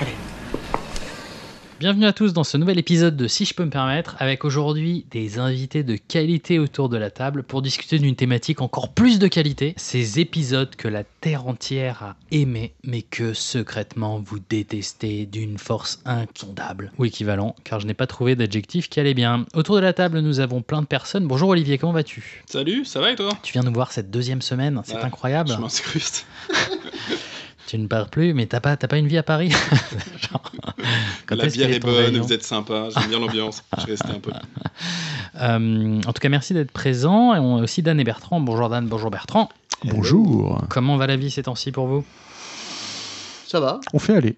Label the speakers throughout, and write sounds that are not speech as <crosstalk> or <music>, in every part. Speaker 1: Allez.
Speaker 2: Bienvenue à tous dans ce nouvel épisode de Si je peux me permettre, avec aujourd'hui des invités de qualité autour de la table pour discuter d'une thématique encore plus de qualité, ces épisodes que la Terre entière a aimés, mais que secrètement vous détestez d'une force insondable ou équivalent, car je n'ai pas trouvé d'adjectif qui allait bien. Autour de la table, nous avons plein de personnes. Bonjour Olivier, comment vas-tu
Speaker 3: Salut, ça va et toi
Speaker 2: Tu viens nous voir cette deuxième semaine, c'est
Speaker 3: Ouais,
Speaker 2: incroyable.
Speaker 3: Je m'incruste.
Speaker 2: Tu ne parles plus, mais t'as pas, t'as pas une vie à Paris <laughs> Genre, quand
Speaker 3: La
Speaker 2: est-ce
Speaker 3: bière
Speaker 2: qu'il
Speaker 3: est,
Speaker 2: est ton
Speaker 3: bonne,
Speaker 2: réunion
Speaker 3: vous êtes sympa, j'aime bien l'ambiance. je vais rester un peu.
Speaker 2: Euh, en tout cas, merci d'être présent. Et on a aussi Dan et Bertrand. Bonjour Dan, bonjour Bertrand.
Speaker 4: Bonjour.
Speaker 2: Comment va la vie ces temps-ci pour vous
Speaker 5: Ça va
Speaker 4: On fait aller.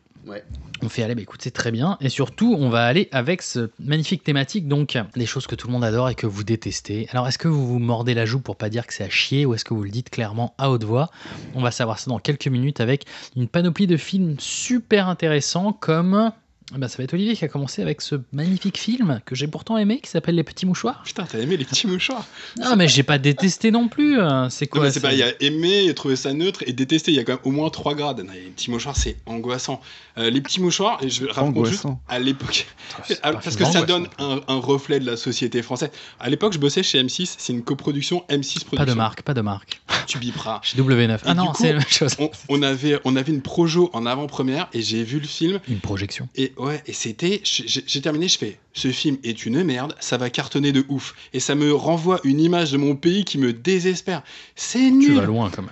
Speaker 2: On fait aller, bah, écoute, c'est très bien. Et surtout, on va aller avec ce magnifique thématique, donc des choses que tout le monde adore et que vous détestez. Alors, est-ce que vous vous mordez la joue pour pas dire que c'est à chier ou est-ce que vous le dites clairement à haute voix On va savoir ça dans quelques minutes avec une panoplie de films super intéressants comme. eh ben, ça va être Olivier qui a commencé avec ce magnifique film que j'ai pourtant aimé qui s'appelle Les Petits Mouchoirs.
Speaker 3: Putain, t'as aimé les petits mouchoirs
Speaker 2: Non, mais j'ai pas détesté non plus. hein. C'est
Speaker 3: Non,
Speaker 2: quoi
Speaker 3: mais c'est
Speaker 2: ça
Speaker 3: pas, il y a aimé, il y a trouvé ça neutre et détesté, il y a quand même au moins trois grades. Non, les petits mouchoirs, c'est angoissant. Euh, les petits mouchoirs, et je raconte juste
Speaker 4: Angoissant.
Speaker 3: à l'époque.
Speaker 4: c'est
Speaker 3: Alors,
Speaker 4: pas
Speaker 3: ah, <laughs> Parce que
Speaker 4: vraiment
Speaker 3: ça donne
Speaker 4: angoissant.
Speaker 3: un, un reflet de la société française. À l'époque, je bossais chez M6, c'est une coproduction M6 Production.
Speaker 2: Pas de marque, pas de marque.
Speaker 3: Tu biperas.
Speaker 2: Chez W9.
Speaker 3: Et
Speaker 2: Ah
Speaker 3: du
Speaker 2: non,
Speaker 3: coup,
Speaker 2: c'est la même chose.
Speaker 3: On, on avait, on avait une projo en avant-première et j'ai vu le film
Speaker 2: Une projection.
Speaker 3: Et ouais, et c'était. j'ai- J'ai j'ai terminé, je fais. Ce film est une merde, ça va cartonner de ouf. Et ça me renvoie une image de mon pays qui me désespère. C'est
Speaker 2: Tu vas
Speaker 3: nul.
Speaker 2: loin quand même.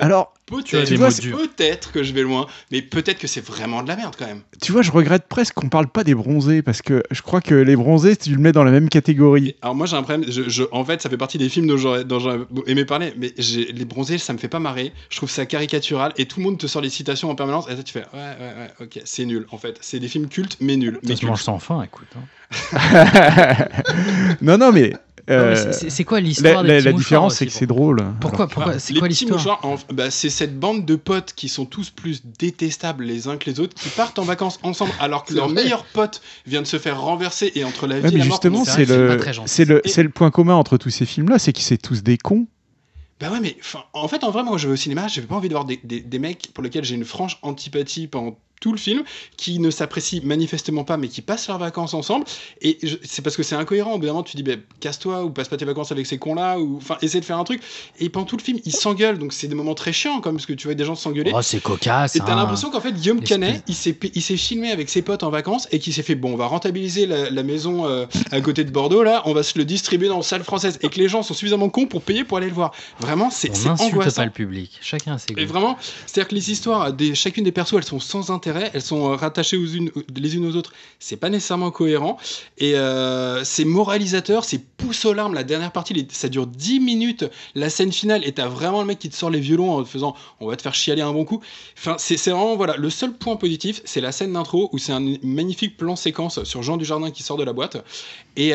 Speaker 4: Alors,
Speaker 2: tu as
Speaker 3: Peut-être
Speaker 2: des
Speaker 3: vois,
Speaker 2: mots
Speaker 3: c'est
Speaker 2: durs.
Speaker 3: peut-être que je vais loin, mais peut-être que c'est vraiment de la merde quand même.
Speaker 4: tu vois, je regrette presque qu'on parle pas des bronzés parce que je crois que les bronzés, tu le mets dans la même <laughs> catégorie.
Speaker 3: Alors moi j'ai un problème, je, je- en fait ça fait partie des films dont j'aurais dont j'aurais aimé parler, mais j'ai- les bronzés ça me fait pas marrer, je trouve ça caricatural et tout le monde te sort les citations en permanence et là tu fais ouais ouais ouais ok c'est nul en fait, c'est des films cultes mais nuls. Mais
Speaker 2: Ça se
Speaker 3: cultes.
Speaker 2: mange sans fin, écoute. hein.
Speaker 4: non, non, mais.
Speaker 2: Non,
Speaker 4: euh,
Speaker 2: mais c'est- c'est c'est quoi
Speaker 4: la,
Speaker 2: l'histoire des
Speaker 4: la-
Speaker 2: petits
Speaker 4: la
Speaker 2: mouchoirs
Speaker 4: différence,
Speaker 2: aussi,
Speaker 4: c'est que
Speaker 2: pour-
Speaker 4: c'est drôle.
Speaker 2: Pourquoi,
Speaker 3: Voilà.
Speaker 2: pourquoi Euh, C'est
Speaker 3: les
Speaker 2: quoi
Speaker 3: petits
Speaker 2: l'histoire
Speaker 3: mouchoirs, en- bah, c'est cette bande de potes qui sont tous plus détestables les uns que les autres, qui partent en vacances ensemble alors que
Speaker 6: C'est
Speaker 3: leur
Speaker 6: vrai.
Speaker 3: meilleur pote vient de se faire renverser et entre la vie
Speaker 4: Ouais,
Speaker 3: et
Speaker 4: mais
Speaker 3: la mort.
Speaker 4: justement,
Speaker 2: c'est
Speaker 4: c'est
Speaker 2: vrai que c'est
Speaker 4: le,
Speaker 2: pas très gentil.
Speaker 4: c'est le,
Speaker 3: Et-
Speaker 4: c'est le point commun entre tous ces films-là, c'est qu'ils sont tous des cons.
Speaker 3: Bah ouais, mais enfin, en fait, en vrai, moi, je vais au cinéma, j'ai pas envie de voir des, des- des mecs pour lesquels j'ai une franche antipathie pendant tout le film, qui ne s'apprécient manifestement pas, mais qui passent leurs vacances ensemble. Et je- c'est parce que c'est incohérent. Au bout d'un moment, tu dis, bah, casse-toi ou passe pas tes vacances avec ces cons-là, ou enfin, essaie de faire un truc. Et pendant tout le film, ils s'engueulent, donc c'est des moments très chiants, comme parce que tu vois des gens s'engueuler.
Speaker 2: Oh, c'est cocasse.
Speaker 3: Et t'as
Speaker 2: hein.
Speaker 3: l'impression qu'en fait, Guillaume
Speaker 2: L'espèce-
Speaker 3: Canet, il s'est, il s'est filmé avec ses potes en vacances et qu'il s'est fait, bon, on va rentabiliser la, la maison euh, à côté de Bordeaux, là, on va se le distribuer dans la salle française et que les gens sont suffisamment cons pour payer pour aller le voir. Vraiment, c'est,
Speaker 2: On
Speaker 3: c'est
Speaker 2: n'insulte
Speaker 3: angoissant.
Speaker 2: pas le public. Chacun a ses
Speaker 3: Et
Speaker 2: goûts.
Speaker 3: vraiment, c'est-à-dire que les histoires, des, chacune des persos, elles sont sans intérêt, elles sont euh, rattachées aux unes, les unes aux autres. C'est pas nécessairement cohérent. Et euh, c'est moralisateur, c'est pousse aux larmes. La dernière partie, les- ça dure 10 minutes. La scène finale, et t'as vraiment le mec qui te sort les violons en te faisant on va te faire chialer un bon coup. Enfin, c'est c'est vraiment, voilà, le seul point positif, c'est la scène d'intro où c'est un magnifique plan séquence sur Jean Dujardin qui sort de la boîte. Et,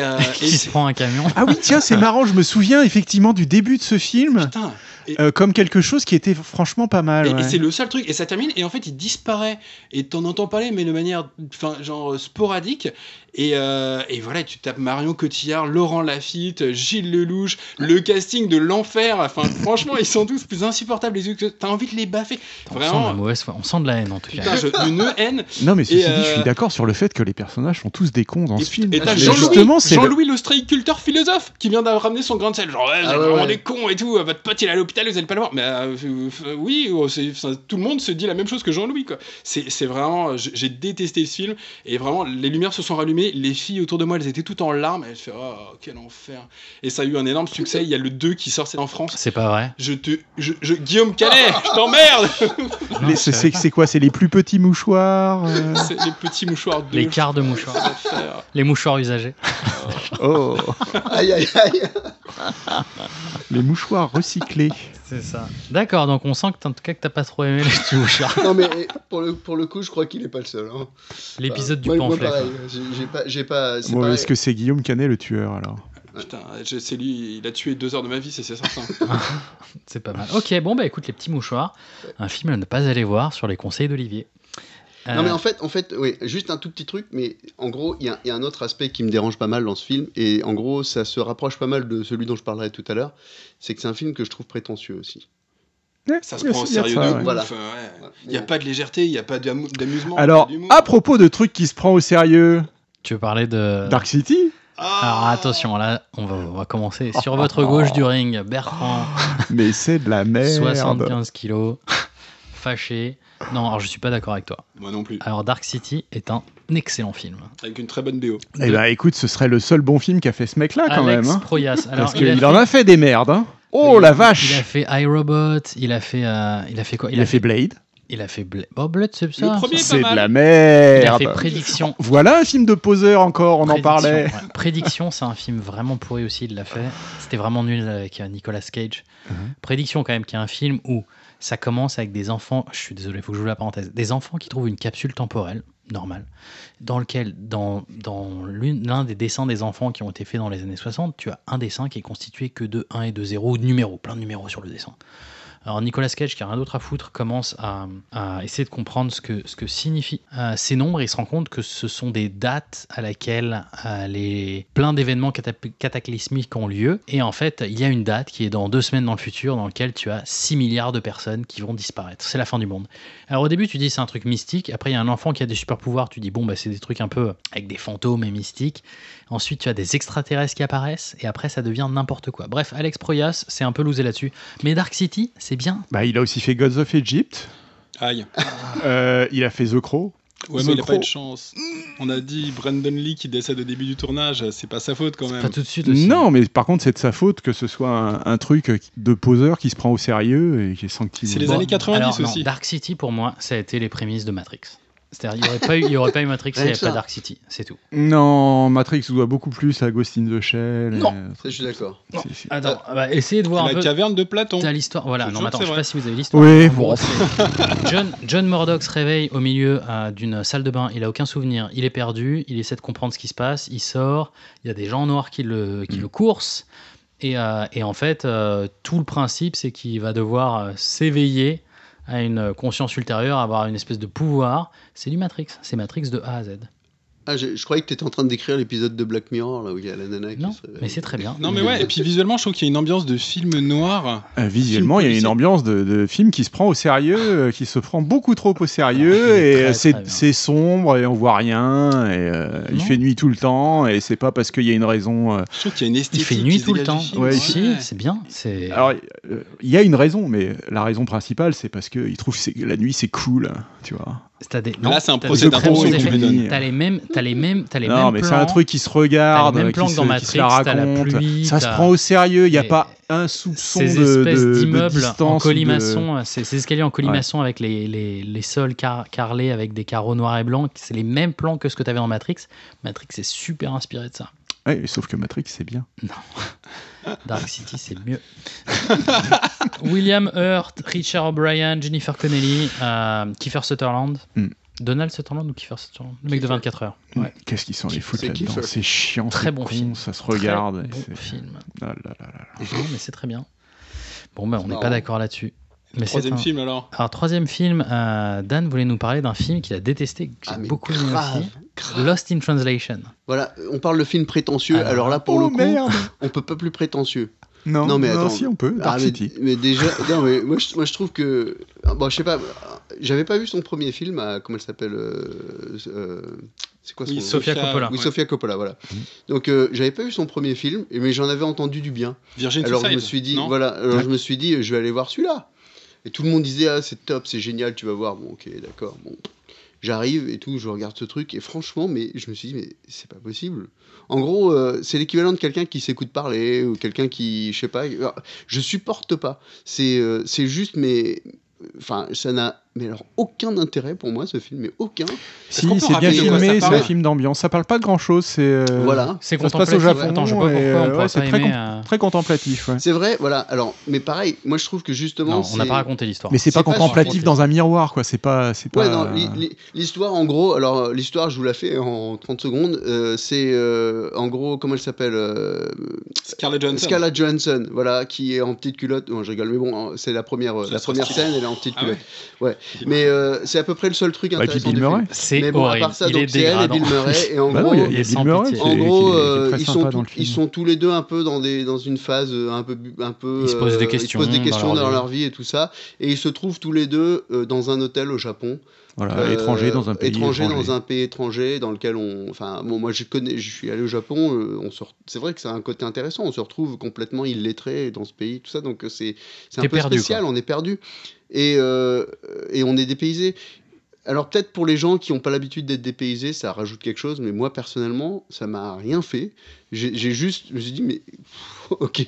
Speaker 2: <laughs>
Speaker 3: euh, et-
Speaker 2: Qui se prend un camion
Speaker 4: Ah oui, tiens, c'est marrant, je me souviens effectivement du début de ce film
Speaker 3: putain,
Speaker 4: euh, comme quelque chose qui était franchement pas mal.
Speaker 3: Et, et
Speaker 4: ouais.
Speaker 3: c'est le seul truc. Et ça termine, et en fait, il disparaît. Et t'en entends parler, mais de manière, enfin, genre, euh, sporadique. Et, euh, et voilà, tu tapes Marion Cotillard, Laurent Lafitte, Gilles Lelouch, le casting de l'enfer. Enfin, franchement, ils sont tous plus insupportables les yeux que t'as envie de les baffer.
Speaker 2: Attends, On sent de la
Speaker 3: Vraiment.
Speaker 2: mauvaise foi. On sent de la haine en tout cas.
Speaker 3: Putain, je- une E haine.
Speaker 4: Non, mais ceci
Speaker 3: Et,
Speaker 4: dit, je suis
Speaker 3: euh,
Speaker 4: d'accord sur le fait que les personnages sont tous des cons dans
Speaker 3: Et
Speaker 4: ce film.
Speaker 3: et t'as
Speaker 4: Mais
Speaker 3: Jean-Louis,
Speaker 4: justement, c'est le-
Speaker 3: Jean-Louis, l'ostréiculteur philosophe, qui vient d'avoir ramené son grain de sel. Genre, ouais, vous
Speaker 5: Ah
Speaker 3: êtes
Speaker 5: ouais,
Speaker 3: vraiment
Speaker 5: ouais.
Speaker 3: des cons et tout, votre pote il est à l'hôpital, vous allez pas le voir. Mais euh, f- f- oui, oh, c'est- ça- tout le monde se dit la même chose que Jean-Louis, quoi. C'est c'est vraiment, euh, j'ai j'ai détesté ce film, et vraiment, les lumières se sont rallumées, les filles autour de moi, elles étaient toutes en larmes, et elles faisaient, oh, quel enfer. Et ça a eu un énorme succès, il y a le 2 qui sort, c'est en France.
Speaker 2: C'est pas vrai.
Speaker 3: Je te. Je, je- Guillaume Canet, je t'emmerde
Speaker 2: Non,
Speaker 4: les-
Speaker 2: je
Speaker 4: c'est-
Speaker 2: savais
Speaker 4: C'est c'est quoi C'est les plus petits mouchoirs euh, <laughs>
Speaker 3: C'est Les petits mouchoirs de.
Speaker 2: Les quarts de mouchoirs. Les mouchoirs usagés.
Speaker 4: Oh,
Speaker 5: Aïe, aïe, aïe.
Speaker 4: les mouchoirs recyclés.
Speaker 3: <laughs>
Speaker 2: C'est ça. D'accord, donc on sent que t'as- en tout cas que t'as pas trop aimé les
Speaker 4: <laughs>
Speaker 2: mouchoirs.
Speaker 5: Non, mais eh, pour le, pour le coup, je crois qu'il est pas le seul. hein.
Speaker 2: l'épisode du
Speaker 5: Moi, moi,
Speaker 2: pamphlet.
Speaker 5: pareil. J'ai- J'ai pas. J'ai pas c'est
Speaker 4: Bon,
Speaker 5: pareil.
Speaker 4: est-ce que c'est Guillaume Canet le tueur alors
Speaker 3: Putain, je- c'est lui, il a tué deux heures de ma vie, c'est c'est certain.
Speaker 2: C'est pas mal. Ok, bon bah écoute les petits mouchoirs, un film à ne pas aller voir sur les conseils d'Olivier.
Speaker 5: Non, mais
Speaker 2: Euh,
Speaker 5: en fait, en fait, oui, juste un tout petit truc, mais en gros, il y, a- il y a un autre aspect qui me dérange pas mal dans ce film, et en gros, ça se rapproche pas mal de celui dont je parlerai tout à l'heure, c'est que c'est un film que je trouve prétentieux aussi.
Speaker 3: Ça se prend au sérieux de
Speaker 4: ça,
Speaker 3: ouf.
Speaker 4: ouais.
Speaker 5: Voilà.
Speaker 3: ouais. Il n'y a pas de légèreté, il n'y a pas d'am- d'amusement.
Speaker 4: Alors,
Speaker 3: pas d'humour.
Speaker 4: à propos de trucs qui se prend au sérieux,
Speaker 2: tu veux parler de... <laughs>
Speaker 4: Dark City
Speaker 3: Ah
Speaker 2: Alors attention, là on va, on va commencer.
Speaker 4: <laughs>
Speaker 2: Sur votre gauche du ring, Bertrand,
Speaker 4: Mais c'est de la merde.
Speaker 2: 75 kilos, <laughs> fâché. Non, alors je suis pas d'accord avec toi.
Speaker 3: Moi non plus.
Speaker 2: Alors Dark City est un excellent film.
Speaker 3: Avec une très bonne BO.
Speaker 4: Eh ben écoute, ce serait le seul bon film qu'a fait ce mec-là quand
Speaker 2: Alex
Speaker 4: même. hein.
Speaker 2: Proyas. Alors,
Speaker 4: Parce
Speaker 2: il a
Speaker 4: qu'il
Speaker 2: fait-
Speaker 4: en a fait des merdes. hein. Oh
Speaker 2: il-
Speaker 4: la
Speaker 2: Il a
Speaker 4: vache
Speaker 2: fait iRobot, il a fait, euh, il a fait quoi
Speaker 4: Il a fait Blade.
Speaker 2: Il a fait Blade. Oh, Blade, c'est ça.
Speaker 3: Le premier est pas
Speaker 4: C'est de
Speaker 3: mal.
Speaker 4: la
Speaker 2: Il a
Speaker 4: merde.
Speaker 2: fait Prédiction.
Speaker 4: Voilà un film de poseur encore, on en
Speaker 2: Prédiction,
Speaker 4: parlait.
Speaker 2: ouais. Prédiction, c'est un film vraiment pourri aussi, il l'a fait. C'était vraiment nul avec euh, Nicolas Cage. Prédiction, quand même, qui est un film où ça commence avec des enfants, je suis désolé, il faut que je vous la parenthèse, des enfants qui trouvent une capsule temporelle, normale, dans lequel, dans, dans l'une- l'un des dessins des enfants qui ont été faits dans les années 60, tu as un dessin qui est constitué que de 1 et de 0 de numéros, plein de numéros sur le dessin. Alors Nicolas Cage, qui a rien d'autre à foutre, commence à, à essayer de comprendre ce que, ce que signifient euh, ces nombres et il se rend compte que ce sont des dates à laquelle euh, les, plein d'événements catap- cataclysmiques ont lieu. Et en fait, il y a une date qui est dans deux semaines dans le futur dans laquelle tu as 6 milliards de personnes qui vont disparaître. C'est la fin du monde. Alors au début, tu dis c'est un truc mystique. Après, il y a un enfant qui a des super pouvoirs. Tu dis bon, bah, c'est des trucs un peu avec des fantômes et mystiques. Ensuite, tu as des extraterrestres qui apparaissent. Et après, ça devient n'importe quoi. Bref, Alex Proyas, c'est un peu lousé là-dessus. Mais Dark City, c'est bien.
Speaker 4: Bah, il a aussi fait Gods of Egypt.
Speaker 3: Aïe.
Speaker 2: Ah.
Speaker 4: Euh, il a fait The Crow.
Speaker 3: Ouais,
Speaker 4: The
Speaker 3: mais il a
Speaker 4: Crow.
Speaker 3: pas eu de chance. On a dit Brandon Lee qui décède au début du tournage, c'est pas sa faute quand
Speaker 2: C'est
Speaker 3: même.
Speaker 2: pas tout de suite aussi.
Speaker 4: Non, mais par contre, c'est de sa faute que ce soit un, un truc de poseur qui se prend au sérieux et qui est sanctifié.
Speaker 3: C'est les années 90
Speaker 2: Alors, non,
Speaker 3: aussi.
Speaker 2: Dark City, pour moi, ça a été les prémices de Matrix. C'est-à-dire, il n'y aurait, pas eu- il y aurait pas eu Matrix s'il n'y
Speaker 5: Rien
Speaker 2: avait
Speaker 5: que
Speaker 2: pas
Speaker 5: ça.
Speaker 2: Dark City. C'est tout.
Speaker 4: Non, Matrix doit beaucoup plus à Ghost in the Shell.
Speaker 2: Non.
Speaker 5: Ça, je suis d'accord.
Speaker 4: et- c'est- c'est-
Speaker 2: Attends, bah, essayez de voir un
Speaker 3: Euh, La
Speaker 2: peu.
Speaker 3: caverne de Platon.
Speaker 2: T'as l'histoire. Voilà,
Speaker 3: Je te
Speaker 2: non,
Speaker 3: jure
Speaker 2: mais
Speaker 3: que
Speaker 2: attends,
Speaker 3: c'est
Speaker 2: je sais
Speaker 3: vrai.
Speaker 2: pas si vous avez l'histoire.
Speaker 4: Oui,
Speaker 2: En
Speaker 4: bon.
Speaker 2: gros,
Speaker 4: <laughs>
Speaker 2: c'est- John, John Murdoch se réveille au milieu euh, d'une salle de bain. Il a aucun souvenir. Il est perdu. Il essaie de comprendre ce qui se passe. Il sort. Il y a des gens en noir qui le, qui le coursent. Et, euh, et en fait, euh, tout le principe, c'est qu'il va devoir euh, s'éveiller à une conscience ultérieure, avoir une espèce de pouvoir. C'est du Matrix. C'est Matrix de A à Z.
Speaker 5: Ah, je, je croyais que t'étais en train de décrire l'épisode de Black Mirror, là où il y a la nana qui
Speaker 2: Non,
Speaker 5: se réveille.
Speaker 2: mais c'est très bien.
Speaker 3: Non, mais ouais, et puis visuellement, je trouve qu'il y a une ambiance de film noir.
Speaker 4: Euh, visuellement, il y a une
Speaker 3: policier.
Speaker 4: ambiance de, de film qui se prend au sérieux, euh, qui se prend beaucoup trop au sérieux,
Speaker 2: Ah, il est
Speaker 4: et
Speaker 2: très,
Speaker 4: euh, c'est
Speaker 2: très bien.
Speaker 4: c'est sombre et on voit rien, et euh, il
Speaker 2: Non.
Speaker 4: fait nuit tout le temps, et c'est pas parce qu'il y a une raison. euh,
Speaker 3: Je trouve qu'il y a une
Speaker 2: Il
Speaker 3: esthétique.
Speaker 2: fait nuit
Speaker 3: qui se
Speaker 2: tout le
Speaker 3: dégage
Speaker 2: temps.
Speaker 3: du film.
Speaker 4: Ouais, il
Speaker 2: Si, c'est bien. C'est.
Speaker 4: Alors, euh, il y a une raison, mais la raison principale, c'est parce qu'il trouve c'est- la nuit c'est cool, hein, tu vois.
Speaker 2: T'as des-
Speaker 3: Là,
Speaker 2: non,
Speaker 3: c'est un
Speaker 2: t'as
Speaker 3: procès
Speaker 2: des très bons
Speaker 3: d'intention
Speaker 2: effets.
Speaker 3: qu'il lui donne.
Speaker 2: T'as les mêmes, t'as les mêmes, t'as les
Speaker 4: non,
Speaker 2: mêmes
Speaker 4: mais
Speaker 2: plans.
Speaker 4: c'est un truc qui se regarde,
Speaker 2: T'as les mêmes plans
Speaker 4: qui,
Speaker 2: que
Speaker 4: se,
Speaker 2: dans
Speaker 4: qui se la
Speaker 2: Matrix, t'as la
Speaker 4: raconte.
Speaker 2: pluie,
Speaker 4: ça se
Speaker 2: t'as-
Speaker 4: prend au sérieux, il n'y a
Speaker 2: Et-
Speaker 4: pas un soupçon
Speaker 2: ces
Speaker 4: de,
Speaker 2: espèces
Speaker 4: de- de
Speaker 2: d'immeubles
Speaker 4: distance
Speaker 2: en
Speaker 4: ou de-
Speaker 2: colimaçon, euh, ces, ces escaliers en colimaçon avec les, les, les sols car- carrelés avec des carreaux noirs et blancs, c'est les mêmes plans que ce que t'avais dans Matrix. Matrix est super inspiré de ça.
Speaker 4: Ouais, sauf que Matrix, c'est bien.
Speaker 2: Dark City, c'est
Speaker 4: <laughs>
Speaker 2: mieux. William Hurt, Richard O'Brien, Jennifer Connelly, euh, Kiefer Sutherland.
Speaker 4: Hmm.
Speaker 2: Donald Sutherland ou Kiefer Sutherland Le mec de 24 heures. Ouais.
Speaker 4: Qu'est-ce qu'ils sont les foutent
Speaker 5: C'est
Speaker 4: là-dedans
Speaker 5: Kiefer.
Speaker 4: C'est chiant,
Speaker 2: Très
Speaker 4: c'est
Speaker 2: bon
Speaker 4: con,
Speaker 2: film.
Speaker 4: ça se
Speaker 2: Très
Speaker 4: regarde. et
Speaker 2: bon
Speaker 4: c'est-
Speaker 2: film.
Speaker 4: Ah là là là.
Speaker 2: Non, mais c'est très bien. Bon, ben, on n'est
Speaker 5: marrant.
Speaker 2: pas d'accord là-dessus. Mais c'est
Speaker 3: Troisième
Speaker 2: un-
Speaker 3: film alors.
Speaker 2: Alors, troisième film, euh, Dan voulait nous parler d'un film qu'il a détesté, que j'ai
Speaker 5: Ah, mais
Speaker 2: beaucoup aimé
Speaker 5: grave,
Speaker 2: aussi.
Speaker 5: grave.
Speaker 2: Lost in Translation.
Speaker 5: Voilà, on parle de film prétentieux,
Speaker 2: Ah,
Speaker 5: alors là, pour
Speaker 4: oh
Speaker 5: le coup,
Speaker 4: merde
Speaker 5: on peut pas plus prétentieux.
Speaker 4: non,
Speaker 5: Non, mais attends.
Speaker 4: si on peut, Dark
Speaker 5: Ah, mais,
Speaker 4: City.
Speaker 5: mais déjà, non, mais moi, je, moi, je trouve que. ah, Bon, je sais pas, j'avais pas vu son premier film, à, comment elle s'appelle euh, euh, C'est quoi son
Speaker 3: Oui,
Speaker 5: nom
Speaker 2: Sofia Coppola.
Speaker 5: Oui,
Speaker 3: ouais.
Speaker 5: Sofia Coppola, voilà. Donc, euh, j'avais pas vu son premier film, mais j'en avais entendu du bien.
Speaker 3: Virgin
Speaker 5: Alors je
Speaker 3: Suicide,
Speaker 5: me suis dit,
Speaker 3: non
Speaker 5: voilà, alors
Speaker 4: Ouais.
Speaker 5: je me suis dit, je vais aller voir celui-là. Et tout le monde disait, ah, c'est top, c'est génial, tu vas voir. Bon, ok, d'accord. Bon, j'arrive et tout, je regarde ce truc et franchement, mais je me suis dit, mais c'est pas possible. En gros, euh, c'est l'équivalent de quelqu'un qui s'écoute parler ou quelqu'un qui, je sais pas, alors, je supporte pas. C'est, euh, c'est juste, mais, enfin, ça n'a mais alors aucun intérêt pour moi ce film, mais aucun.
Speaker 4: Si,
Speaker 3: qu'on peut
Speaker 4: c'est bien
Speaker 3: rappeler
Speaker 5: de quoi
Speaker 4: filmé,
Speaker 3: ça
Speaker 4: c'est un
Speaker 3: parle
Speaker 4: film d'ambiance. Ça parle pas de grand chose, c'est. euh,
Speaker 5: Voilà.
Speaker 2: C'est
Speaker 4: Ça se passe au
Speaker 2: contemplatif.
Speaker 4: Japon.
Speaker 2: Attends, je sais pas
Speaker 4: et,
Speaker 2: pourquoi on
Speaker 4: euh,
Speaker 2: pourrait
Speaker 4: ouais, c'est
Speaker 2: pas
Speaker 4: très,
Speaker 2: aimer,
Speaker 4: con-
Speaker 2: euh,
Speaker 4: très contemplatif, ouais.
Speaker 5: C'est vrai, voilà. Alors, mais pareil, moi je trouve que justement.
Speaker 2: Non, on n'a
Speaker 5: c'est-
Speaker 2: pas raconté l'histoire.
Speaker 4: Mais c'est pas
Speaker 5: C'est pas
Speaker 4: contemplatif
Speaker 5: raconté.
Speaker 4: dans un miroir, quoi. C'est pas. c'est
Speaker 5: Ouais,
Speaker 4: pas-
Speaker 5: non, li- li- l'histoire en gros, alors euh, l'histoire je vous la fais en 30 secondes, euh, c'est euh, en gros, comment elle s'appelle euh,
Speaker 3: Scarlett Johansson.
Speaker 5: Scarlett Johansson, voilà, qui est en petite culotte, non je rigole, mais bon, hein, c'est la première, euh,
Speaker 3: C'est
Speaker 5: la
Speaker 3: trop
Speaker 5: première
Speaker 3: stylé.
Speaker 5: scène, elle est en petite
Speaker 3: Ah ouais.
Speaker 5: culotte. Mais euh, c'est à peu près le seul truc
Speaker 4: Bah, et puis
Speaker 5: intéressant
Speaker 4: Bill
Speaker 5: du film.
Speaker 4: Murray.
Speaker 2: C'est
Speaker 5: Mais bon, à
Speaker 2: horrible.
Speaker 5: part ça,
Speaker 2: il est
Speaker 5: donc c'est elle et
Speaker 2: dégradant.
Speaker 5: Bill Murray, et en
Speaker 4: Bah
Speaker 5: gros,
Speaker 4: oui, il y a- il y a
Speaker 2: sans
Speaker 4: Bill Murray.
Speaker 2: pitié.
Speaker 4: qui
Speaker 5: En
Speaker 4: est-
Speaker 5: gros,
Speaker 4: qui est- qui est
Speaker 5: euh,
Speaker 4: très
Speaker 5: ils,
Speaker 4: sympa
Speaker 5: sont
Speaker 4: dans le
Speaker 5: tous-
Speaker 4: film.
Speaker 5: ils sont tous les deux un peu dans, des, dans une phase euh, un peu. bu- Un peu
Speaker 2: Ils se posent des
Speaker 5: euh,
Speaker 2: questions
Speaker 5: Ils se posent
Speaker 2: dans
Speaker 5: des questions
Speaker 2: leur
Speaker 5: dans leur vie et tout ça. Et ils se trouvent tous les deux euh, dans un hôtel au Japon.
Speaker 4: Voilà,
Speaker 5: Euh,
Speaker 4: étranger dans un pays.
Speaker 5: Étranger dans un pays étranger dans lequel on. Enfin, bon, moi je connais, je suis allé au Japon. euh, on se re- C'est vrai que c'est un côté intéressant. On se retrouve complètement illettré dans ce pays, tout ça. Donc euh, c'est c'est
Speaker 2: T'es
Speaker 5: un peu
Speaker 2: perdu,
Speaker 5: spécial. On est perdu et euh, et on est dépaysé. Alors peut-être pour les gens qui n'ont pas l'habitude d'être dépaysés, ça rajoute quelque chose. Mais moi personnellement, ça m'a rien fait. J'ai j'ai juste, je me suis dit mais ok.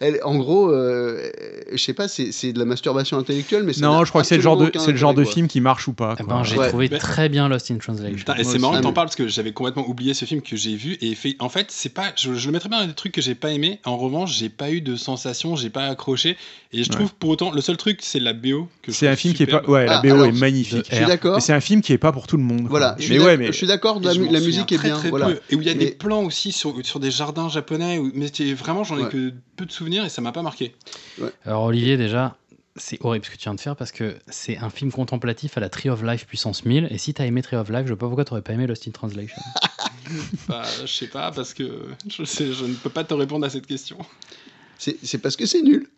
Speaker 5: Elle, en gros, euh, je sais pas, c'est c'est de la masturbation intellectuelle, mais ça
Speaker 4: Non,
Speaker 5: n'a
Speaker 4: je crois que c'est le genre de,
Speaker 5: absolument aucun
Speaker 4: c'est le genre de
Speaker 5: intérêt, quoi.
Speaker 4: film qui marche ou pas.
Speaker 2: Eh
Speaker 4: quoi.
Speaker 2: ben, j'ai
Speaker 5: Ouais.
Speaker 2: trouvé
Speaker 3: Mais-
Speaker 2: très bien Lost in Translation.
Speaker 3: Putain, et
Speaker 5: Moi
Speaker 3: c'est marrant
Speaker 5: aussi.
Speaker 3: que t'en parles parce que j'avais complètement oublié ce film que j'ai vu et fait, en fait c'est pas je, je le mettrais bien dans des trucs que j'ai pas aimé en revanche j'ai pas eu de sensation j'ai pas accroché et je trouve pour autant le seul truc c'est la BO que je
Speaker 4: C'est un
Speaker 3: trouve
Speaker 4: film qui est pas.
Speaker 3: superbe.
Speaker 4: Ouais, la
Speaker 5: Ah,
Speaker 4: BO
Speaker 5: alors,
Speaker 4: est magnifique.
Speaker 5: Je suis d'accord.
Speaker 4: Mais c'est un film qui est pas pour tout le monde. quoi.
Speaker 5: Voilà, je suis
Speaker 4: Mais ouais,
Speaker 5: d'ac-
Speaker 4: mais.
Speaker 5: je suis d'accord,
Speaker 3: Et
Speaker 5: la,
Speaker 3: je
Speaker 5: mu-
Speaker 3: m'en
Speaker 5: la
Speaker 3: souviens
Speaker 5: musique est
Speaker 3: très,
Speaker 5: bien.
Speaker 3: très
Speaker 5: voilà.
Speaker 3: peu. Et où il y a des
Speaker 5: Mais-
Speaker 3: plans aussi sur, sur des jardins japonais, où- mais c'est- vraiment j'en ai
Speaker 5: Ouais.
Speaker 3: que peu de souvenirs et ça m'a pas marqué.
Speaker 2: Alors Olivier, déjà, c'est horrible ce que tu viens de faire parce que c'est un film contemplatif à la Tree of Life puissance 1000. Et si t'as aimé Tree of Life, je vois pas pourquoi t'aurais pas aimé Lost in Translation.
Speaker 3: Bah, je sais pas parce que je, sais, je ne peux pas te répondre à cette question.
Speaker 5: C'est c'est parce que c'est nul.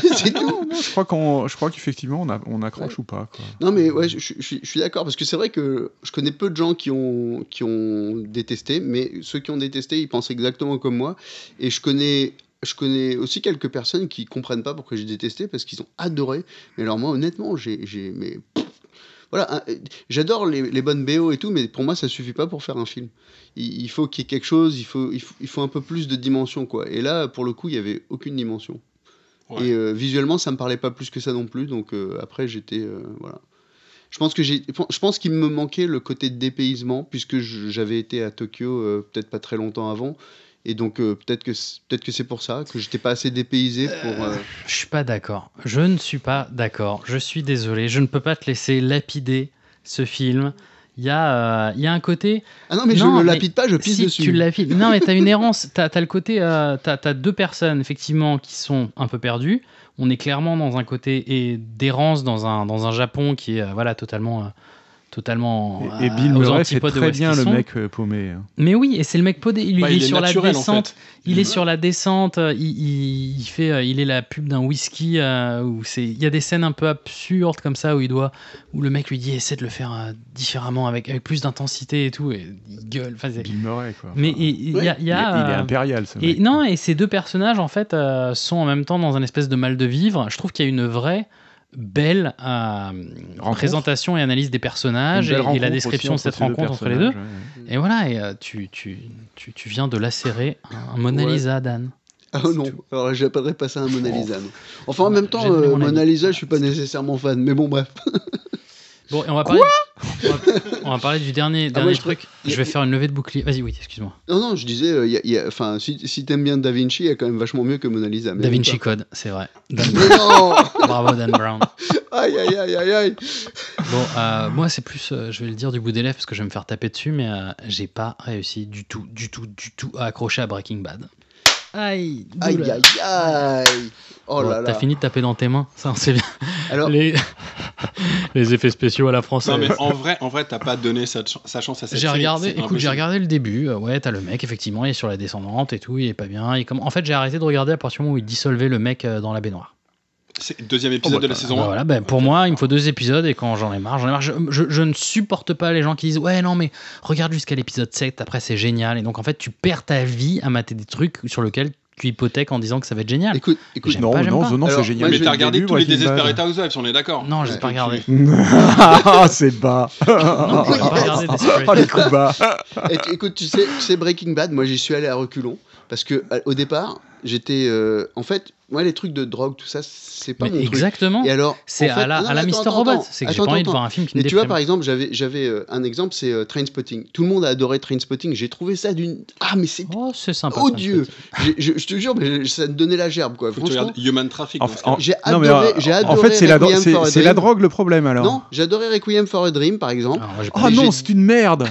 Speaker 5: <laughs> c'est tout.
Speaker 4: Non, je crois qu'on, je crois qu'effectivement on, a- on accroche ou pas. quoi.
Speaker 5: Non mais ouais, je, je- je- je suis d'accord parce que c'est vrai que je connais peu de gens qui ont qui ont détesté, mais ceux qui ont détesté, ils pensent exactement comme moi. Et je connais je connais aussi quelques personnes qui comprennent pas pourquoi j'ai détesté parce qu'ils ont adoré. Mais alors moi, honnêtement, j'ai j'ai mais pff, voilà, un- j'adore les, les bonnes BO et tout, mais pour moi, ça suffit pas pour faire un film. Il, il faut qu'il y ait quelque chose, il faut, il faut il faut un peu plus de dimension quoi. Et là, pour le coup, il y avait aucune dimension.
Speaker 3: Ouais.
Speaker 5: Et euh, visuellement, ça me parlait pas plus que ça non plus. Donc euh, après, j'étais euh, voilà. Je pense que j'ai, je pense qu'il me manquait le côté de dépaysement puisque je- j'avais été à Tokyo euh, peut-être pas très longtemps avant. Et donc euh, peut-être que c'est- peut-être que c'est pour ça que j'étais pas assez dépaysé pour. euh,
Speaker 2: Je suis pas d'accord. Je ne suis pas d'accord. Je suis désolé. Je ne peux pas te laisser lapider ce film. Il y, a, euh, il y a un côté.
Speaker 5: Ah non mais
Speaker 2: Non,
Speaker 5: je ne
Speaker 2: mais
Speaker 5: lapide pas, je pisse
Speaker 2: si
Speaker 5: dessus.
Speaker 2: tu lapides. Non, mais t'as une errance. T'as as le côté. euh, t'as t'as deux personnes, effectivement, qui sont un peu perdues. On est clairement dans un côté et d'errance dans un, dans un Japon qui est euh, voilà, totalement. euh, totalement
Speaker 4: Et, et
Speaker 2: euh,
Speaker 4: Bill
Speaker 2: aux
Speaker 4: Murray fait
Speaker 2: antipodes de où
Speaker 4: très
Speaker 2: est-ce
Speaker 4: bien
Speaker 2: qu'ils
Speaker 4: le
Speaker 2: sont.
Speaker 4: mec euh, paumé. hein.
Speaker 2: Mais oui, et c'est le mec podé. Il,
Speaker 3: Bah,
Speaker 2: il est,
Speaker 3: il est
Speaker 2: sur
Speaker 3: naturel,
Speaker 2: la
Speaker 3: en fait.
Speaker 2: descente. Il est
Speaker 3: Ouais.
Speaker 2: sur la descente, euh, il, il- il fait, euh, il est la pub d'un whisky euh, où c'est, il y a des scènes un peu absurdes comme ça où il doit, où le mec lui dit essaie de le faire euh, différemment avec, avec plus d'intensité et tout et il gueule. Enfin, c'est-
Speaker 4: Bill Murray quoi.
Speaker 2: mais
Speaker 4: Enfin,
Speaker 2: il il y a, il
Speaker 4: il,
Speaker 2: y a,
Speaker 4: est- il est
Speaker 2: euh,
Speaker 4: impérial ce
Speaker 2: et
Speaker 4: mec.
Speaker 2: non et ces deux personnages en fait euh, sont en même temps dans un espèce de mal de vivre. Je trouve qu'il y a une vraie belle euh,
Speaker 4: Rencontre.
Speaker 2: présentation et analyse des personnages et- et, la description de cette rencontre entre les deux. Et voilà, et, euh, tu, tu, tu, tu viens de lacérer un, un Mona
Speaker 5: Ouais.
Speaker 2: Lisa, Dan.
Speaker 5: Ah
Speaker 2: C'est
Speaker 5: non,
Speaker 2: tout.
Speaker 5: alors j'appellerais pas ça un Mona Lisa. non. Enfin en même temps,
Speaker 2: J'ai donné
Speaker 5: euh,
Speaker 2: mon avis.
Speaker 5: Mona Lisa, je suis pas nécessairement fan. Mais bon bref.
Speaker 2: Bon, et on va parler. on, va, on va parler du dernier, dernier
Speaker 5: ouais, je
Speaker 2: truc.
Speaker 5: il y
Speaker 2: Je
Speaker 5: a-
Speaker 2: vais faire une levée de bouclier. Vas-y, oui, excuse-moi.
Speaker 5: Non non, je disais, euh, y a- y a- enfin si, si t'aimes bien Da Vinci, il y a quand même vachement mieux que Mona Lisa. mais
Speaker 2: Da
Speaker 5: bon,
Speaker 2: Vinci
Speaker 5: ça-
Speaker 2: Code, c'est vrai. Dan
Speaker 5: <laughs> Mais
Speaker 2: Brown.
Speaker 5: non
Speaker 2: Bravo, Dan Brown.
Speaker 5: Aïe aïe aïe aïe aïe.
Speaker 2: Bon, euh, moi, c'est plus, euh, je vais le dire du bout des lèvres parce que je vais me faire taper dessus, mais euh, j'ai pas réussi du tout, du tout, du tout à accrocher à Breaking Bad. Aïe,
Speaker 5: Aïe
Speaker 2: douleur.
Speaker 5: aïe aïe Oh
Speaker 2: Bon,
Speaker 5: là là
Speaker 2: T'as fini de taper dans tes mains, ça on sait bien.
Speaker 5: Alors,
Speaker 2: Les, <laughs> les effets spéciaux à la française.
Speaker 3: Non, mais en vrai, en vrai, t'as pas donné sa, ch- sa chance à cette
Speaker 2: J'ai
Speaker 3: série,
Speaker 2: regardé,
Speaker 3: c'est
Speaker 2: écoute, j'ai
Speaker 3: impossible.
Speaker 2: regardé le début. euh, Ouais, t'as le mec, effectivement, il est sur la descendante et tout, il est pas bien. Il comm- En fait, j'ai arrêté de regarder à partir du moment où il dissolvait le mec euh, dans la baignoire.
Speaker 3: C'est le
Speaker 4: Oh,
Speaker 3: deuxième épisode de la saison
Speaker 2: Bah
Speaker 3: 1.
Speaker 2: voilà, bah, pour moi, il me faut deux épisodes et quand j'en ai marre, j'en ai marre. Je, je- je ne supporte pas les gens qui disent Ouais, non, mais regarde jusqu'à l'épisode 7, après c'est génial. Et donc, en fait, tu perds ta vie à mater des trucs sur lesquels tu hypothèques en disant que ça va être génial.
Speaker 5: écoute, écoute,
Speaker 2: J'aime
Speaker 4: Non,
Speaker 2: pas, j'aime pas.
Speaker 4: non, non, c'est
Speaker 5: Alors,
Speaker 4: génial.
Speaker 5: moi,
Speaker 3: Mais
Speaker 5: j'ai
Speaker 3: t'as regardé
Speaker 4: début,
Speaker 3: tous les
Speaker 4: Breaking Bad.
Speaker 3: Desperate Housewives, on est d'accord
Speaker 2: Non, j'ai pas regardé.
Speaker 4: Ah, c'est bas.
Speaker 2: Non, j'ai pas regardé Desperate.
Speaker 4: Oh, les coups bas.
Speaker 5: Et- écoute, tu sais, tu sais Breaking Bad, moi j'y suis allé à reculons parce que à- au départ, J'étais. euh, en fait, moi, les trucs de drogue, tout ça, c'est pas
Speaker 2: Mais
Speaker 5: mon truc.
Speaker 2: exactement.
Speaker 5: Et alors,
Speaker 2: C'est
Speaker 5: en fait-
Speaker 2: à la,
Speaker 5: non,
Speaker 2: à la
Speaker 5: attends,
Speaker 2: Mister
Speaker 5: attends,
Speaker 2: Robot.
Speaker 5: attends.
Speaker 2: C'est que j'ai
Speaker 5: Attends,
Speaker 2: pas envie de
Speaker 5: attends.
Speaker 2: voir un film qui me
Speaker 5: Et tu vois,
Speaker 2: déprime.
Speaker 5: par exemple, j'avais, j'avais euh, un exemple, c'est euh, Trainspotting. Tout le monde a adoré Trainspotting. J'ai trouvé ça d'une. Ah, mais c'est
Speaker 2: Oh, c'est sympa.
Speaker 5: odieux.
Speaker 2: Oh.
Speaker 5: J'ai- Je, je te jure, mais ça me donnait la gerbe, quoi.
Speaker 3: Faut que tu
Speaker 5: Franchement,
Speaker 3: regardes Human Traffic.
Speaker 4: En-
Speaker 3: dans ce
Speaker 4: en-
Speaker 3: cas.
Speaker 5: j'ai
Speaker 4: Non, mais,
Speaker 5: adoré,
Speaker 4: euh,
Speaker 5: j'ai
Speaker 4: en
Speaker 5: adoré
Speaker 4: fait, c'est la, dro-
Speaker 5: Requiem
Speaker 4: c'est-
Speaker 5: for a
Speaker 4: c'est la
Speaker 5: Dream.
Speaker 4: drogue le problème alors.
Speaker 5: Non, j'adorais Requiem for a Dream, par exemple.
Speaker 2: Alors, moi, Ah, j'ai-
Speaker 4: Oh
Speaker 5: Mais
Speaker 4: non,
Speaker 5: j'ai-
Speaker 4: c'est
Speaker 5: <laughs>
Speaker 4: une merde.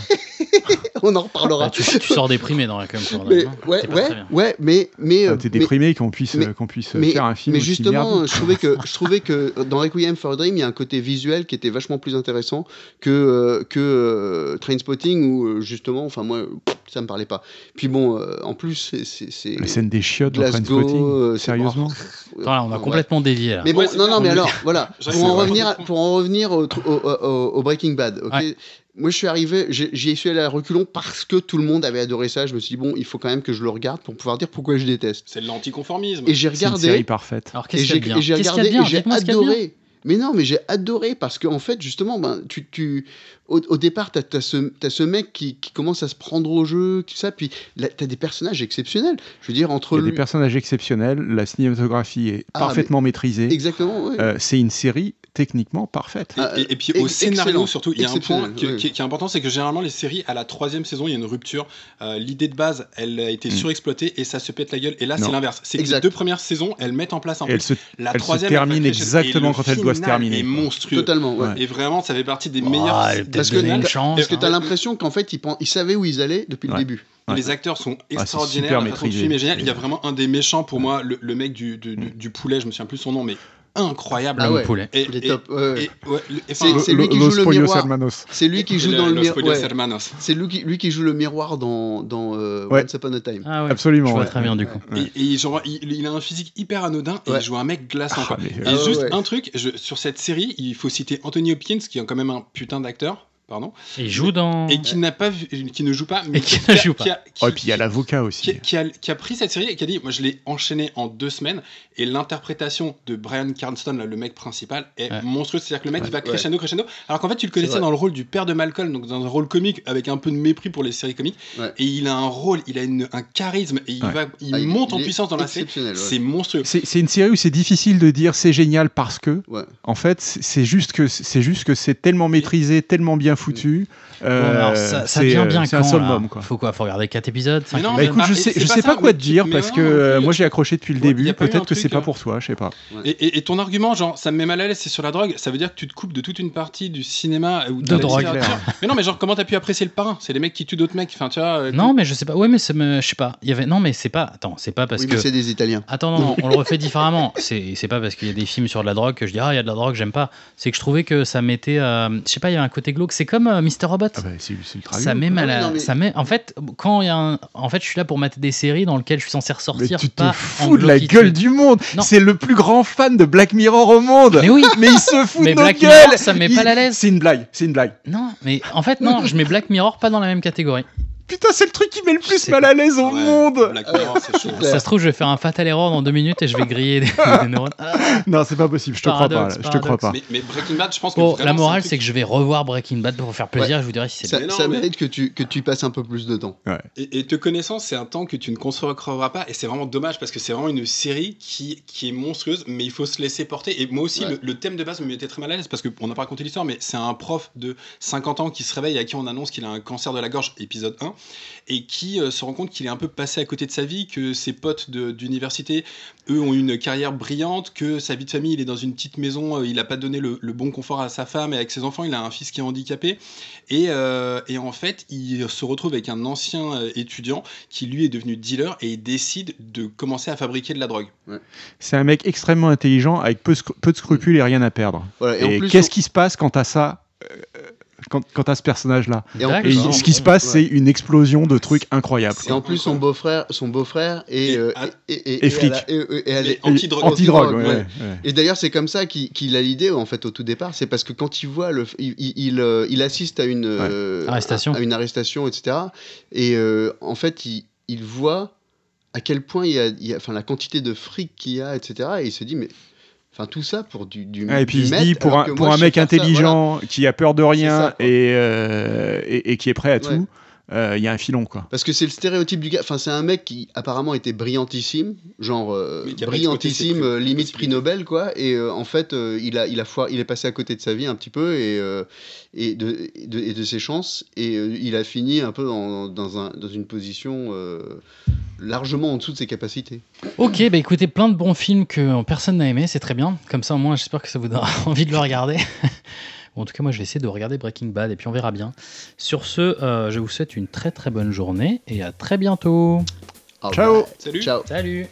Speaker 5: On en reparlera.
Speaker 2: Ah, tu, tu sors déprimé dans
Speaker 5: <laughs>
Speaker 2: la com. pour
Speaker 5: mais,
Speaker 2: Adam, hein.
Speaker 5: ouais,
Speaker 2: T'es pas
Speaker 5: ouais,
Speaker 2: très bien.
Speaker 5: ouais, mais, mais,
Speaker 4: Ah,
Speaker 5: euh,
Speaker 4: T'es
Speaker 5: mais-
Speaker 4: déprimé qu'on puisse,
Speaker 5: mais-
Speaker 4: euh, qu'on puisse euh,
Speaker 5: mais,
Speaker 4: faire un film.
Speaker 5: mais
Speaker 4: aussi
Speaker 5: justement,
Speaker 4: merde.
Speaker 5: euh, je trouvais
Speaker 4: <laughs>
Speaker 5: que je trouvais que dans Requiem for a Dream, il y a un côté visuel qui était vachement plus intéressant que euh, que euh, Trainspotting où euh, justement, enfin moi, pff, ça me parlait pas. Puis bon, euh, en plus, c'est- c'est c'est
Speaker 4: La scène des chiottes dans
Speaker 5: Glasgow,
Speaker 4: Trainspotting.
Speaker 5: euh, c'est-
Speaker 4: Sérieusement
Speaker 2: Attends, là, on
Speaker 5: Enfin,
Speaker 2: a
Speaker 5: ouais.
Speaker 2: complètement dévié. là.
Speaker 5: Mais bon,
Speaker 3: Ouais, c'est
Speaker 5: non,
Speaker 3: vrai,
Speaker 5: non, mais
Speaker 3: on est-
Speaker 5: alors, voilà,
Speaker 3: <laughs> Je sais,
Speaker 5: pour en,
Speaker 3: ouais.
Speaker 5: revenir, pour en revenir au, tru- au- au- au Breaking Bad, ok
Speaker 2: Ouais.
Speaker 5: Moi, je suis arrivé, j'ai- j'y ai suis allé à reculons parce que tout le monde avait adoré ça. Je me suis dit, bon, il faut quand même que je le regarde pour pouvoir dire pourquoi je déteste.
Speaker 3: C'est de l'anticonformisme.
Speaker 5: Et j'ai
Speaker 4: C'est une série
Speaker 5: regardé,
Speaker 4: parfaite.
Speaker 2: Alors,
Speaker 5: et
Speaker 2: qu'est-ce qu'il y
Speaker 5: j'ai
Speaker 2: a de bien
Speaker 5: et j'ai
Speaker 2: Qu'est-ce qu'il y a
Speaker 5: regardé,
Speaker 2: de
Speaker 5: et
Speaker 2: bien
Speaker 5: j'ai
Speaker 2: Dites-moi ce qu'il y a de bien.
Speaker 5: adoré. Mais non, mais j'ai adoré parce qu'en fait, justement, ben, tu, tu, au, au départ, t'as as ce, t'as ce mec qui, qui commence à se prendre au jeu, tout ça, puis là, t'as des personnages exceptionnels. Je veux dire, entre
Speaker 4: Il y a
Speaker 5: lui.
Speaker 4: des personnages exceptionnels, la cinématographie est
Speaker 5: Ah,
Speaker 4: parfaitement maîtrisée.
Speaker 5: Exactement, ouais.
Speaker 4: Euh, c'est une série techniquement parfaite.
Speaker 3: Et,
Speaker 5: Ah,
Speaker 3: et- et puis
Speaker 5: ex-
Speaker 3: au scénario
Speaker 5: excellent.
Speaker 3: surtout, il y a un point
Speaker 5: Exceptionnel,
Speaker 3: qui,
Speaker 5: oui.
Speaker 3: qui- qui est important, c'est que généralement les séries à la troisième saison, il y a une rupture. Euh, L'idée de base, elle a été
Speaker 4: Mm.
Speaker 3: surexploitée et ça se pète la gueule. Et là,
Speaker 4: Non.
Speaker 3: c'est l'inverse. C'est que les
Speaker 5: Exact.
Speaker 3: deux premières saisons, elles mettent en place un
Speaker 4: Et elle se
Speaker 3: La
Speaker 4: elle se
Speaker 3: troisième
Speaker 4: termine
Speaker 3: après,
Speaker 4: exactement
Speaker 3: et le
Speaker 4: quand elle doit se
Speaker 3: final
Speaker 4: terminer,
Speaker 3: Est
Speaker 4: quoi.
Speaker 3: monstrueux.
Speaker 5: Totalement, ouais.
Speaker 4: Ouais.
Speaker 3: Et vraiment, ça fait partie des
Speaker 2: Oh,
Speaker 3: meilleurs.
Speaker 2: elle a peut-être
Speaker 5: parce que
Speaker 2: donné
Speaker 5: t'as-
Speaker 2: une chance.
Speaker 5: Parce que
Speaker 2: hein.
Speaker 5: t'as l'impression qu'en fait, ils, pen- ils savaient où ils allaient depuis
Speaker 4: Ouais.
Speaker 5: le début.
Speaker 4: Ouais. Ah,
Speaker 3: Les acteurs sont
Speaker 4: c'est
Speaker 3: extraordinaires.
Speaker 4: super
Speaker 3: la façon dont le
Speaker 4: maîtrisé. Mm.
Speaker 3: film est génial. Il y a vraiment un des méchants pour moi, le, le mec du, du, du- du poulet, je me souviens plus son nom, mais incroyable.
Speaker 5: Ah
Speaker 2: L'homme
Speaker 5: ouais.
Speaker 2: poulet.
Speaker 3: Et,
Speaker 5: Il est
Speaker 3: et-
Speaker 5: top. ouais, ouais.
Speaker 3: et- ouais, le- et
Speaker 5: C'est-
Speaker 3: enfin,
Speaker 5: c'est lui qui joue le
Speaker 4: Pollos
Speaker 5: miroir.
Speaker 4: Hermanos.
Speaker 5: C'est lui qui joue
Speaker 3: le-
Speaker 5: dans le
Speaker 3: Los
Speaker 5: miroir.
Speaker 3: Pollos
Speaker 5: ouais.
Speaker 3: Hermanos.
Speaker 5: C'est lui qui, lui qui joue le miroir dans, dans euh,
Speaker 4: Ouais.
Speaker 5: Once Upon a Time.
Speaker 2: Ah ouais,
Speaker 4: Absolument,
Speaker 2: Je vois
Speaker 4: ouais.
Speaker 2: très bien du coup.
Speaker 4: Ouais.
Speaker 3: Et, et genre, il, il a un physique hyper anodin et
Speaker 5: Ouais.
Speaker 3: il joue un mec glaçant.
Speaker 4: Ah,
Speaker 3: quoi.
Speaker 4: mais,
Speaker 3: Et
Speaker 4: euh,
Speaker 5: ouais,
Speaker 3: juste
Speaker 5: ouais.
Speaker 3: un truc, je- sur cette série, il faut citer Anthony Hopkins, qui est quand même un putain d'acteur, pardon,
Speaker 5: Ah
Speaker 2: Il joue dans.
Speaker 3: et qui n'a pas vu- qui ne joue pas, mais
Speaker 2: Et qui ne joue
Speaker 3: qui a- qui-
Speaker 4: Oh, et puis il y a l'avocat
Speaker 3: qui a,
Speaker 4: aussi.
Speaker 3: qui a- qui a pris cette série et qui a dit, moi je l'ai enchaînée en deux semaines, et l'interprétation de Brian Carnston, là, le mec principal, est
Speaker 2: Ouais.
Speaker 3: monstrueuse. C'est-à-dire que le mec il va
Speaker 5: Ouais.
Speaker 3: crescendo, crescendo, alors qu'en fait tu le
Speaker 5: C'est
Speaker 3: connaissais
Speaker 5: vrai.
Speaker 3: dans le rôle du père de Malcolm, donc dans un rôle comique avec un peu de mépris pour les séries comiques,
Speaker 5: Ouais.
Speaker 3: et il a un rôle, il a une- un charisme, et il,
Speaker 4: Ouais.
Speaker 3: va, il
Speaker 5: Ah, il-
Speaker 3: monte en
Speaker 5: il est
Speaker 3: puissance dans la série.
Speaker 5: exceptionnel, ouais.
Speaker 3: C'est monstrueux.
Speaker 4: C'est c'est une série où c'est difficile de dire c'est génial parce que.
Speaker 5: Ouais.
Speaker 4: En fait, c'est c'est juste que c'est juste que c'est tellement maîtrisé, tellement bien foutu.
Speaker 2: Bon,
Speaker 4: euh,
Speaker 2: alors, ça, ça
Speaker 4: c'est,
Speaker 2: devient
Speaker 4: euh,
Speaker 2: bien
Speaker 4: C'est
Speaker 2: quand
Speaker 4: un
Speaker 2: là
Speaker 4: summum quoi.
Speaker 2: Faut quoi Faut regarder 4 épisodes cinq
Speaker 3: Mais non,
Speaker 4: Bah
Speaker 3: mais-
Speaker 2: épisodes
Speaker 4: écoute, je
Speaker 3: bah,
Speaker 4: sais,
Speaker 3: c'est
Speaker 4: je
Speaker 3: pas
Speaker 4: sais pas
Speaker 3: ça,
Speaker 4: quoi
Speaker 3: mais
Speaker 4: te
Speaker 3: tu-
Speaker 4: dire
Speaker 3: mais
Speaker 4: parce
Speaker 3: non,
Speaker 4: que
Speaker 3: non,
Speaker 4: euh,
Speaker 3: mais-
Speaker 4: moi j'ai accroché depuis le
Speaker 3: Ouais, y
Speaker 4: début.
Speaker 3: a pas eu un
Speaker 4: Peut-être que
Speaker 3: truc,
Speaker 4: c'est pas
Speaker 2: hein.
Speaker 3: euh,
Speaker 4: pour toi, je sais pas.
Speaker 3: Et, et- et ton argument, genre, ça me met mal à l'aise, c'est sur la drogue, ça veut dire que tu te coupes de toute une partie du cinéma ou de,
Speaker 2: De
Speaker 3: la
Speaker 2: drogue.
Speaker 3: littérature. Mais non, mais genre, comment t'as pu apprécier le parrain C'est les mecs qui tuent d'autres mecs. Enfin, tu vois. euh,
Speaker 2: Non, mais je sais pas. Ouais, mais ça me- je sais pas. Il y avait. Non, mais c'est pas. Attends, c'est pas parce
Speaker 5: Oui,
Speaker 2: que.
Speaker 5: mais c'est des Italiens.
Speaker 2: Attends, non, non, on le refait différemment. <laughs> C'est c'est pas parce qu'il y a des films sur de la drogue que je dis ah il y a de la drogue, j'aime pas. C'est que je trouvais que ça mettait, euh, je sais pas, il y avait un côté glauque. C'est comme euh, Mr Robot.
Speaker 4: Ah bah, c'est c'est ultra
Speaker 2: ça met
Speaker 4: bien.
Speaker 2: mal
Speaker 5: Ah oui,
Speaker 2: à-
Speaker 5: non, mais-
Speaker 2: ça met. En fait, quand il y a un, en fait, je suis là pour mater des séries dans lesquelles je suis censé
Speaker 4: Mais
Speaker 2: ressortir
Speaker 4: tu te
Speaker 2: pas
Speaker 4: fous de la gueule du monde.
Speaker 2: Non.
Speaker 4: C'est le plus grand fan de Black Mirror au monde.
Speaker 2: Mais
Speaker 4: <laughs>
Speaker 2: oui.
Speaker 4: Mais il se fout
Speaker 2: Mais
Speaker 4: de notre
Speaker 2: Black
Speaker 4: gueule.
Speaker 2: Mirror, ça me met pas
Speaker 4: Il-
Speaker 2: à l'aise.
Speaker 4: C'est une blague. C'est une blague.
Speaker 2: Non, mais en fait non, je mets Black Mirror pas dans la même catégorie.
Speaker 4: Putain, c'est le truc qui met le plus
Speaker 2: sais
Speaker 4: mal à l'aise au
Speaker 3: ouais,
Speaker 4: monde.
Speaker 3: Black Mirror, c'est
Speaker 5: <laughs>
Speaker 3: chaud.
Speaker 5: Ouais.
Speaker 2: Ça se trouve, je vais faire un fatal error dans deux minutes et je vais griller
Speaker 3: <laughs>
Speaker 2: des, des neurones.
Speaker 3: Ah,
Speaker 4: Non, c'est pas possible. Je te crois pas. là.
Speaker 2: Paradoxe,
Speaker 4: Je te crois pas.
Speaker 3: Mais, mais Breaking Bad, je pense que.
Speaker 2: Bon,
Speaker 3: vraiment,
Speaker 2: la morale,
Speaker 3: un
Speaker 2: c'est
Speaker 3: truc-
Speaker 2: que je vais revoir Breaking Bad pour vous faire plaisir. Je vous dirai si c'est.
Speaker 5: Ça,
Speaker 3: Mais non,
Speaker 5: ça
Speaker 3: mais-
Speaker 5: mérite que tu, que tu y passes un peu plus de temps.
Speaker 3: Et, et te connaissant, c'est un temps que tu ne concevras pas. Et c'est vraiment dommage parce que c'est vraiment une série qui, qui est monstrueuse, mais il faut se laisser porter. Et moi aussi,
Speaker 5: Ouais.
Speaker 3: le, le thème de base me mettait très mal à l'aise parce qu'on n'a pas raconté l'histoire, mais c'est un prof de 50 ans qui se réveille et à qui on annonce qu'il a un cancer de la gorge, épisode 1, et qui euh, se rend compte qu'il est un peu passé à côté de sa vie, que ses potes de- d'université, eux, ont une carrière brillante, que sa vie de famille, il est dans une petite maison, euh, il n'a pas donné le, le bon confort à sa femme et avec ses enfants, il a un fils qui est handicapé. Et, euh, et en fait, il se retrouve avec un ancien euh, étudiant qui lui est devenu dealer et il décide de commencer à fabriquer de la drogue.
Speaker 4: C'est un mec extrêmement intelligent avec peu, scru- peu de scrupules et rien à perdre.
Speaker 5: Voilà, et,
Speaker 4: Et,
Speaker 5: en plus,
Speaker 4: qu'est-ce qui se passe quand t'as ça euh, quand, quand t'as ce personnage-là
Speaker 5: et en
Speaker 2: D'accord.
Speaker 4: Et
Speaker 5: plus-
Speaker 2: Exactement.
Speaker 4: ce qui se passe,
Speaker 5: Ouais.
Speaker 4: c'est une explosion de trucs incroyables.
Speaker 5: Et en plus, son beau-frère, son beau-frère est,
Speaker 3: Et-
Speaker 5: euh,
Speaker 3: ah.
Speaker 5: et, et,
Speaker 4: Et flic.
Speaker 5: à la- et- et- et à la-
Speaker 3: Mais Anti-drogue.
Speaker 4: Anti-drogue, ouais,
Speaker 5: Ouais.
Speaker 4: ouais, ouais.
Speaker 5: Et d'ailleurs, c'est comme ça qu'il qu'il a l'idée, en fait, au tout départ. C'est parce que quand il voit, le, il, il- il, euh, il assiste à une, euh,
Speaker 2: Arrestation.
Speaker 5: à une arrestation, etc. Et euh, en fait, il, il voit à quel point il y a, il y a- enfin, la quantité de fric qu'il y a, etc. Et il se dit, mais, enfin, tout ça pour du, du
Speaker 4: Ah, et puis
Speaker 5: du
Speaker 4: il se
Speaker 5: mètre,
Speaker 4: dit, pour
Speaker 5: alors
Speaker 4: un,
Speaker 5: que moi,
Speaker 4: pour un
Speaker 5: je
Speaker 4: mec
Speaker 5: sais faire ça, voilà.
Speaker 4: intelligent qui a peur de
Speaker 5: C'est ça,
Speaker 4: rien
Speaker 5: quoi.
Speaker 4: et, euh, et, et qui est prêt à
Speaker 5: Ouais.
Speaker 4: tout, euh, il y a un filon, quoi.
Speaker 5: Parce que c'est le stéréotype du gars. Enfin, c'est un mec qui apparemment était brillantissime, genre euh,
Speaker 3: Mais qui a pas exploité ses
Speaker 5: brillantissime,
Speaker 3: prix-
Speaker 5: euh, limite prix
Speaker 3: possibilités.
Speaker 5: Nobel, quoi. Et euh, en fait, euh, il a, il a foir- il est passé à côté de sa vie un petit peu et euh, et, de, et de- et de ses chances. Et euh, il a fini un peu dans, dans un- dans une position euh, largement en dessous de ses capacités.
Speaker 2: Ok, bah écoutez, plein de bons films que euh, personne n'a aimé, c'est très bien. Comme ça, au moins, j'espère que ça vous donnera <laughs> envie de le regarder. Ou en tout cas, moi, je vais essayer de regarder Breaking Bad et puis on verra bien. Sur ce, euh, je vous souhaite une très très bonne journée et à très bientôt.
Speaker 5: Ah,
Speaker 4: Ciao.
Speaker 5: bah,
Speaker 3: Salut.
Speaker 5: Ciao.
Speaker 2: Salut